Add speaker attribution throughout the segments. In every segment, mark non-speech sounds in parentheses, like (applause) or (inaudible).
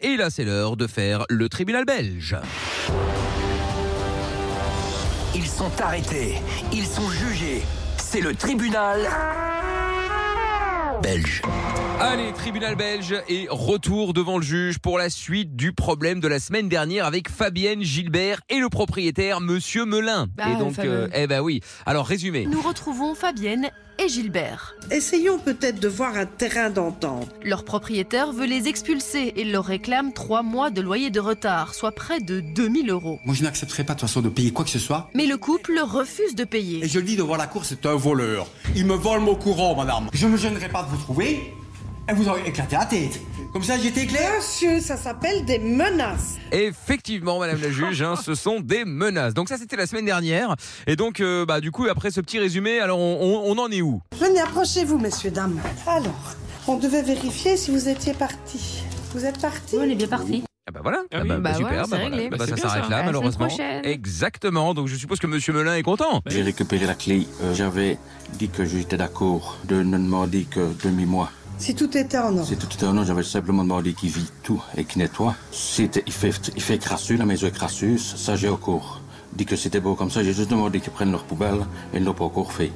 Speaker 1: Et là, c'est l'heure de faire le tribunal belge.
Speaker 2: Ils sont arrêtés, ils sont jugés. C'est le tribunal belge.
Speaker 1: Allez, tribunal belge et retour devant le juge pour la suite du problème de la semaine dernière avec Fabienne Gilbert et le propriétaire Monsieur Melin.
Speaker 3: Bah
Speaker 4: Ah,
Speaker 1: et donc,
Speaker 4: le fameux.
Speaker 1: eh ben oui. Alors résumé.
Speaker 4: Nous retrouvons Fabienne et Gilbert.
Speaker 5: Essayons peut-être de voir un terrain d'entente.
Speaker 4: Leur propriétaire veut les expulser et leur réclame trois mois de loyer de retard, soit près de 2000 euros.
Speaker 6: Moi, je n'accepterai pas de toute façon de payer quoi que ce soit.
Speaker 4: Mais le couple refuse de
Speaker 6: Et
Speaker 4: payer.
Speaker 6: je le dis devant la cour, c'est un voleur. Il me vole mon courant, madame. Je me gênerai pas de vous trouver. Et vous aurez éclaté la tête. Comme ça, j'étais clair
Speaker 5: Monsieur, ça s'appelle des menaces.
Speaker 1: Effectivement, Madame la juge, hein, ce sont des menaces. Donc ça, c'était la semaine dernière. Et donc, euh, bah du coup, après ce petit résumé, alors on, on- on en est où
Speaker 5: Venez, approchez-vous, messieurs, dames. Alors, on devait vérifier si vous étiez partis. Vous êtes partis
Speaker 3: On est bien parti.
Speaker 1: Ah bah voilà.
Speaker 7: Ah
Speaker 1: Ah
Speaker 7: oui.
Speaker 1: bah,
Speaker 3: Bah
Speaker 1: super.
Speaker 3: voilà, c'est
Speaker 1: bah, voilà.
Speaker 3: réglé.
Speaker 1: Bah,
Speaker 7: Bah, c'est
Speaker 1: ça
Speaker 7: bien,
Speaker 1: s'arrête
Speaker 7: ça.
Speaker 1: là,
Speaker 3: À la semaine
Speaker 1: malheureusement.
Speaker 3: prochaine.
Speaker 1: Exactement. Donc je suppose que Monsieur Melin est content.
Speaker 8: J'ai récupéré la clé. Euh, J'avais dit que j'étais d'accord de ne demander que demi-mois.
Speaker 5: Si tout était en ordre.
Speaker 8: C'est tout un an, j'avais simplement demandé qui vit tout et qui nettoie. C'était, il fait, il fait crassus, la maison est crassus, ça j'ai encore. Dit que c'était beau comme ça, j'ai juste demandé qu'ils prennent leurs poubelles et ils l'ont pas encore fait.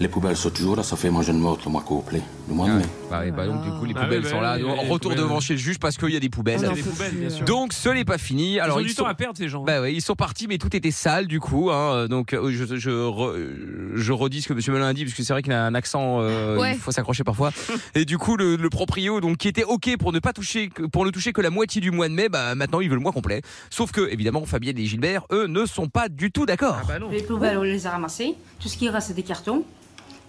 Speaker 8: Les poubelles sont toujours là, ça fait moi je ne morte le mois complet, le mois de mai.
Speaker 1: Bah, oui, bah, donc du coup, les
Speaker 7: Ah
Speaker 1: poubelles
Speaker 7: oui, bah,
Speaker 1: sont là.
Speaker 7: oui,
Speaker 1: Donc,
Speaker 7: les
Speaker 1: retour
Speaker 7: poubelles.
Speaker 1: devant chez le juge parce qu'il y a des poubelles.
Speaker 4: On en
Speaker 7: des
Speaker 4: peut
Speaker 7: poubelles,
Speaker 4: plus,
Speaker 7: bien
Speaker 4: euh.
Speaker 7: sûr.
Speaker 1: Donc ce n'est pas fini.
Speaker 7: Ils
Speaker 1: Alors
Speaker 7: ont du temps à perdre, ces gens. hein.
Speaker 1: Bah ouais, ils sont partis, mais tout était sale du coup. hein. Donc euh, je, je, re- euh, je redis ce que Monsieur Melin a dit, parce que c'est vrai qu'il a un accent, euh,
Speaker 3: Ouais.
Speaker 1: il faut s'accrocher parfois. Et du coup, le, le proprio, donc qui était ok pour ne pas toucher, que- pour ne toucher que la moitié du mois de mai, bah maintenant il veut le mois complet. Sauf que évidemment, Fabienne et Gilbert, eux, ne sont pas du tout
Speaker 7: Ah bah
Speaker 1: d'accord.
Speaker 3: Les poubelles, on les a ramassées. Tout ce qui reste, c'est des cartons.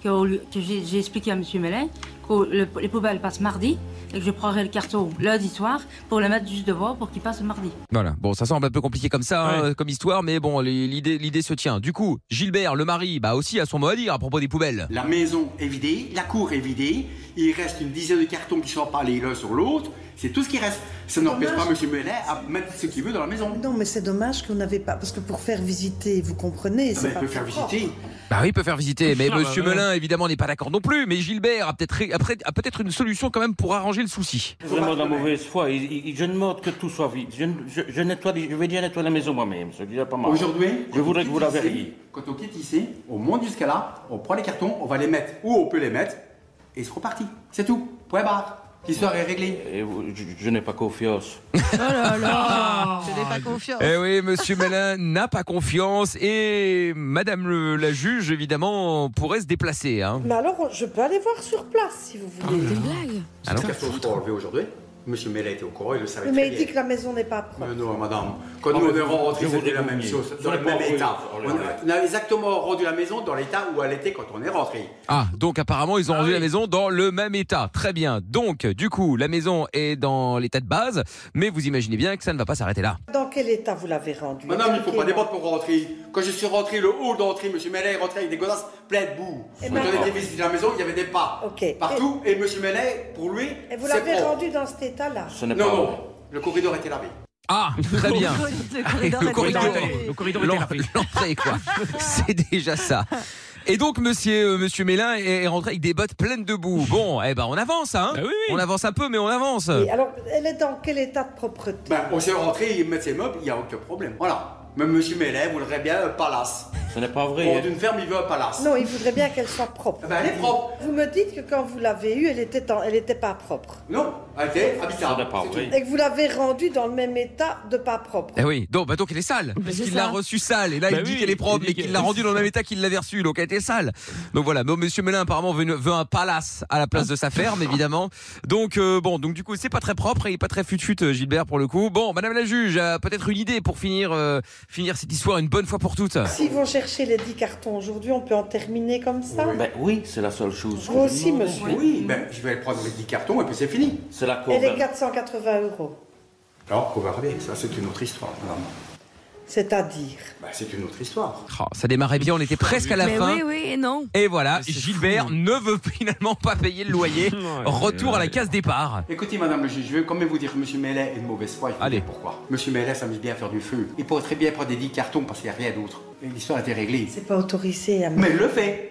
Speaker 3: Que, au lieu- que j'ai j'ai expliqué à M. Mellin que le- les poubelles passent mardi et que je prendrai le carton lundi soir pour le mettre juste devant pour qu'il passe le mardi.
Speaker 1: Voilà. Bon, ça semble un peu compliqué comme ça, hein, comme histoire, mais bon, les- l'idée, l'idée se tient. Du coup, Gilbert, le mari, bah aussi a son mot à dire à propos des poubelles.
Speaker 9: La maison est vidée, la cour est vidée, il reste une dizaine de cartons qui sont pas les l'un sur l'autre, c'est tout ce qui reste. Ça n'empêche pas
Speaker 5: Dommage.
Speaker 9: Monsieur Mellet à mettre ce qu'il veut dans la maison.
Speaker 5: Non, mais c'est dommage qu'on n'avait pas. Parce que pour faire visiter, vous comprenez,
Speaker 9: Ah,
Speaker 5: c'est
Speaker 9: mais il
Speaker 5: pas
Speaker 9: peut faire
Speaker 5: très propre.
Speaker 9: visiter.
Speaker 1: Bah oui, il peut faire visiter, mais
Speaker 7: Ah bah
Speaker 1: Monsieur
Speaker 7: ouais.
Speaker 1: Melin évidemment n'est pas d'accord non plus. Mais Gilbert a peut-être ré- après- a peut-être une solution quand même pour arranger le souci.
Speaker 8: Vraiment de la mauvaise foi, Il- il- il- je ne demande que tout soit vide. Je, ne- je, je nettoie, je vais dire nettoyer la maison moi-même, ce qui n'est pas mal.
Speaker 9: Aujourd'hui,
Speaker 8: je
Speaker 9: quand
Speaker 8: voudrais
Speaker 9: on
Speaker 8: que vous la
Speaker 9: quitte ici,
Speaker 8: verriez.
Speaker 9: Quand on quitte ici, on monte jusqu'à là, on prend les cartons, on va les mettre où on peut les mettre, et c'est reparti. C'est tout. Point barre. L'histoire est réglée.
Speaker 8: Et vous- je, je n'ai pas confiance.
Speaker 5: Je n'ai pas confiance.
Speaker 1: Eh oui, Monsieur Melin n'a pas confiance et Madame le- la juge évidemment pourrait se déplacer. Hein.
Speaker 5: Mais alors, on- je peux aller voir sur place si vous voulez.
Speaker 1: Ah non
Speaker 9: Les cartons sont enlevés aujourd'hui. Monsieur Mellet était au courant, il le savait
Speaker 5: mais
Speaker 9: très
Speaker 5: il
Speaker 9: bien.
Speaker 5: dit que la maison n'est pas propre.
Speaker 9: Mais non, madame. Quand nous on est rentrés,
Speaker 8: je
Speaker 9: c'était
Speaker 8: vous
Speaker 9: la même
Speaker 8: dis,
Speaker 9: chose,
Speaker 8: je
Speaker 9: dans le
Speaker 8: vous dis,
Speaker 9: même
Speaker 8: oui,
Speaker 9: état.
Speaker 8: je vous dis.
Speaker 9: On a exactement rendu la maison dans l'état où elle était quand on est rentré.
Speaker 1: Ah, donc apparemment ils ont rendu la maison dans le même état. Très bien. Donc du coup la maison est dans l'état de base, mais vous imaginez bien que ça ne va pas s'arrêter là.
Speaker 5: Dans quel état vous l'avez rendu
Speaker 9: Madame, il ne faut pas
Speaker 5: Expliquez-moi.
Speaker 9: débattre pour rentrer. Quand je suis rentré, le haut d'entrée, Monsieur Mellet est rentré avec des godasses pleines de boue.
Speaker 5: Et
Speaker 9: Quand
Speaker 5: maintenant-
Speaker 9: on était visité la maison, il y avait des pas.
Speaker 5: Ok.
Speaker 9: Partout, et Monsieur Mellet, pour lui,
Speaker 5: Et vous
Speaker 9: c'est
Speaker 5: l'avez
Speaker 9: propre.
Speaker 5: rendu dans cet état-là
Speaker 8: Ce n'est
Speaker 9: Non,
Speaker 8: pas
Speaker 9: non,
Speaker 8: vrai.
Speaker 9: le corridor était lavé.
Speaker 1: Ah, très bien.
Speaker 7: Le corridor est allé. Le corridor est
Speaker 1: L'en-
Speaker 7: tapé.
Speaker 1: L'entrée, quoi. C'est déjà ça. Et donc, monsieur, euh, monsieur Mélin est est rentré avec des bottes pleines de boue. Bon, eh ben, on avance, hein.
Speaker 7: Bah oui, oui.
Speaker 1: On avance un peu, mais on avance.
Speaker 5: Et alors, elle est dans quel état de propreté
Speaker 9: Ben, on s'est rentré, il met ses meubles, il n'y a aucun problème. Voilà. Même Monsieur Mellet voudrait bien un palace.
Speaker 8: Ce n'est pas vrai.
Speaker 9: Pour
Speaker 8: hein.
Speaker 9: Oh, d'une ferme, il veut un palace.
Speaker 5: Non, il voudrait bien qu'elle soit propre.
Speaker 9: Ah ben, elle est propre.
Speaker 5: Vous me dites que quand vous l'avez eue, elle était en- elle n'était pas propre.
Speaker 9: Non, elle était
Speaker 8: Ce
Speaker 9: habitable.
Speaker 8: n'est pas
Speaker 9: c'est
Speaker 8: vrai.
Speaker 5: Et que vous l'avez rendue dans le même état de pas propre.
Speaker 1: Eh oui, donc, bah donc elle est sale. Parce
Speaker 3: c'est
Speaker 1: qu'il l'a
Speaker 3: ça.
Speaker 1: reçue sale. Et là,
Speaker 7: Bah
Speaker 1: il dit
Speaker 7: oui,
Speaker 1: qu'elle est propre,
Speaker 7: il dit
Speaker 1: mais qu'il
Speaker 7: qu'elle-
Speaker 1: l'a rendue dans le même état qu'il l'avait reçue. Donc elle était sale. Donc voilà. Mais monsieur Mélin, apparemment, veut, une- veut un palace à la place de sa
Speaker 7: Ah.
Speaker 1: ferme, évidemment. Donc, euh, bon, donc du coup, c'est pas très propre et pas très fut-fut, euh, Gilbert, pour le coup. Bon, madame la juge, euh, peut-être une idée pour finir, euh, finir cette histoire une bonne fois pour toutes.
Speaker 5: S'ils vont chercher les 10 cartons aujourd'hui, on peut en terminer comme ça
Speaker 8: Ben oui, c'est la seule chose. que
Speaker 5: Vous
Speaker 8: je
Speaker 5: aussi,
Speaker 8: demande.
Speaker 5: monsieur.
Speaker 9: tout. Oui, ben, je vais prendre les 10 cartons et puis c'est fini.
Speaker 8: C'est la cour.
Speaker 5: Et les 480 euros
Speaker 9: Alors, on verra bien. Ça, c'est une autre histoire, madame.
Speaker 5: C'est-à-dire
Speaker 9: Ben, c'est une autre histoire.
Speaker 1: Oh, ça démarrait bien, on
Speaker 7: (laughs)
Speaker 1: était presque à la
Speaker 3: Mais
Speaker 1: fin.
Speaker 3: oui, oui, et non.
Speaker 1: Et voilà,
Speaker 7: Mais c'est
Speaker 1: Gilbert
Speaker 7: fou. hein.
Speaker 1: ne veut finalement pas payer le
Speaker 7: (laughs)
Speaker 1: loyer. Retour à la case départ.
Speaker 9: Écoutez, madame le juge, je veux quand même vous dire que monsieur Mellet est de mauvaise foi. Je vous
Speaker 1: Allez.
Speaker 9: dis pourquoi. Monsieur Mellet s'amuse bien à faire du feu. Il pourrait très bien prendre des 10 cartons parce qu'il n'y a rien d'autre. Et L'histoire était réglée.
Speaker 5: C'est pas autorisé à
Speaker 9: Mais il le fait.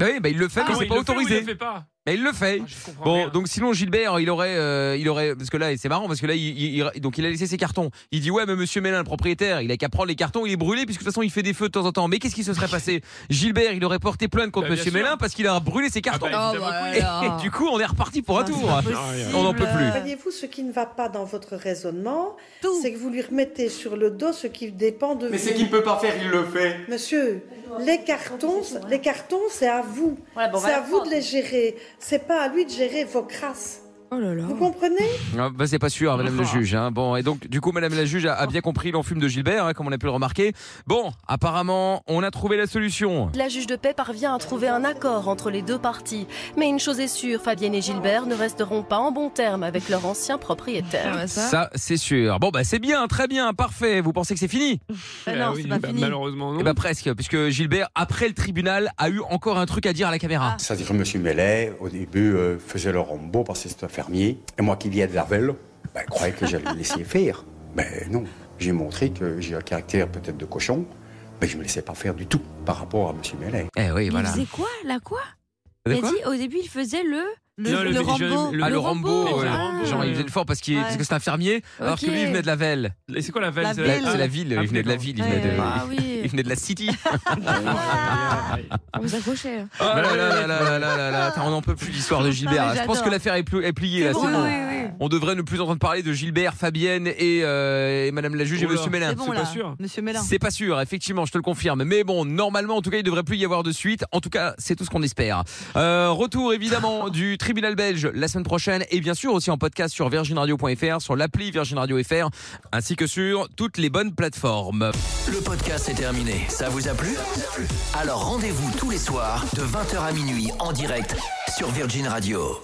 Speaker 1: Oui, bah, il le fait, mais
Speaker 7: Comment
Speaker 1: c'est
Speaker 7: Ah, il
Speaker 1: pas
Speaker 7: le fait ou il
Speaker 1: autorisé.
Speaker 7: le fait pas
Speaker 1: Mais il le fait.
Speaker 7: Ah, je comprends
Speaker 1: Bon,
Speaker 7: rien.
Speaker 1: donc sinon Gilbert, il aurait, euh, il aurait, parce que là, c'est marrant, parce que là, il, il- il- donc il a laissé ses cartons. Il dit ouais, mais Monsieur Mélin, le propriétaire, il a qu'à prendre les cartons, il est brûlé, puisque de toute façon, il fait des feux de temps en temps. Mais qu'est-ce qui
Speaker 7: (laughs)
Speaker 1: se serait passé Gilbert, il aurait porté plainte contre
Speaker 7: Bah, bien
Speaker 1: Monsieur
Speaker 7: sûr.
Speaker 1: Mélin parce qu'il a brûlé ses cartons.
Speaker 7: bah,
Speaker 4: Oh,
Speaker 7: évidemment que oui.
Speaker 4: voilà.
Speaker 1: Et du coup, on est reparti pour un
Speaker 4: Ah, c'est
Speaker 1: tour.
Speaker 4: pas
Speaker 7: rien.
Speaker 1: On n'en peut plus.
Speaker 5: Voyez-vous, ce qui ne va pas dans votre raisonnement,
Speaker 4: Tout.
Speaker 5: c'est que vous lui remettez sur le dos ce qui dépend de
Speaker 9: Mais
Speaker 5: vous.
Speaker 9: c'est qu'il ne peut pas faire, il le fait.
Speaker 5: Monsieur, les cartons, les cartons, c'est à vous.
Speaker 3: Voilà, bon, on va
Speaker 5: c'est à
Speaker 3: la
Speaker 5: vous
Speaker 3: prendre.
Speaker 5: de les gérer. C'est pas à lui de gérer vos crasses.
Speaker 4: Oh là là.
Speaker 5: Vous comprenez
Speaker 1: Ah, bah, c'est pas sûr, Madame
Speaker 7: Ah.
Speaker 1: la juge. hein. Bon, et donc du coup, Madame la juge a, a bien compris l'enfume de Gilbert, hein, comme on a pu le remarquer. Bon, apparemment, on a trouvé la solution.
Speaker 10: La juge de paix parvient à trouver un accord entre les deux parties. Mais une chose est sûre, Fabienne et Gilbert ne resteront pas en bons termes avec leur ancien propriétaire.
Speaker 1: Ça, c'est sûr. Bon, bah c'est bien, très bien, parfait. Vous pensez que c'est fini
Speaker 7: Bah
Speaker 4: non,
Speaker 7: oui,
Speaker 4: c'est pas
Speaker 7: bah,
Speaker 4: fini.
Speaker 7: Malheureusement,
Speaker 1: Eh
Speaker 7: non.
Speaker 1: ben presque, puisque Gilbert, après le tribunal, a eu encore un truc à dire à la caméra.
Speaker 9: C'est-à-dire que M. Mellet, au début, euh, faisait le rambo parce que c'est un fermier. Et moi qui viens de la ville, ben, croyais que j'allais le laisser (laughs) faire. Ben non, j'ai montré que j'ai un caractère peut-être de cochon, mais je ne me laissais pas faire du tout par rapport à M. Mellet.
Speaker 1: Eh oui, voilà.
Speaker 11: Ah. Il faisait quoi La quoi
Speaker 1: Vous
Speaker 11: Il
Speaker 1: savez
Speaker 11: a
Speaker 1: quoi
Speaker 11: dit oh, au début, il faisait le.
Speaker 7: Non,
Speaker 4: le
Speaker 7: je-
Speaker 4: Rambo.
Speaker 1: ah, le Rambo,
Speaker 7: Rambo,
Speaker 1: ouais.
Speaker 7: ah.
Speaker 1: genre il faisait le fort parce, qu'il
Speaker 11: Ouais.
Speaker 1: parce que c'est un fermier, alors que
Speaker 11: Ok.
Speaker 1: lui il venait de la Velle.
Speaker 7: Et C'est quoi la valse
Speaker 1: La- C'est la ville, il venait de la ville, il venait de,
Speaker 11: Ah
Speaker 1: (laughs) il
Speaker 11: oui.
Speaker 1: venait de la city.
Speaker 11: (laughs) On vous hein. accrochez.
Speaker 1: Oh là là là là là là là là. Attends, on n'en peut plus l'histoire de Gilbert. là.
Speaker 4: mais
Speaker 1: Je pense
Speaker 4: j'adore.
Speaker 1: que l'affaire est, plu- est pliée là, c'est bon. On devrait ne plus entendre parler de Gilbert, Fabienne et, euh, et Madame la juge et
Speaker 7: Oula.
Speaker 1: Monsieur Mélin.
Speaker 7: Ah, C'est pas sûr.
Speaker 4: Monsieur Mélin.
Speaker 1: C'est pas sûr, effectivement, je te le confirme. Mais bon, normalement, en tout cas, il devrait plus y avoir de suite. En tout cas, c'est tout ce qu'on espère. Euh, retour évidemment du tribunal belge la semaine prochaine et bien sûr aussi en podcast sur virginradio.fr, sur l'appli Virgin Radio FR, ainsi que sur toutes les bonnes plateformes.
Speaker 2: Le podcast est terminé. Ça vous a plu Alors rendez-vous tous les soirs de 20h à minuit en direct sur Virgin Radio.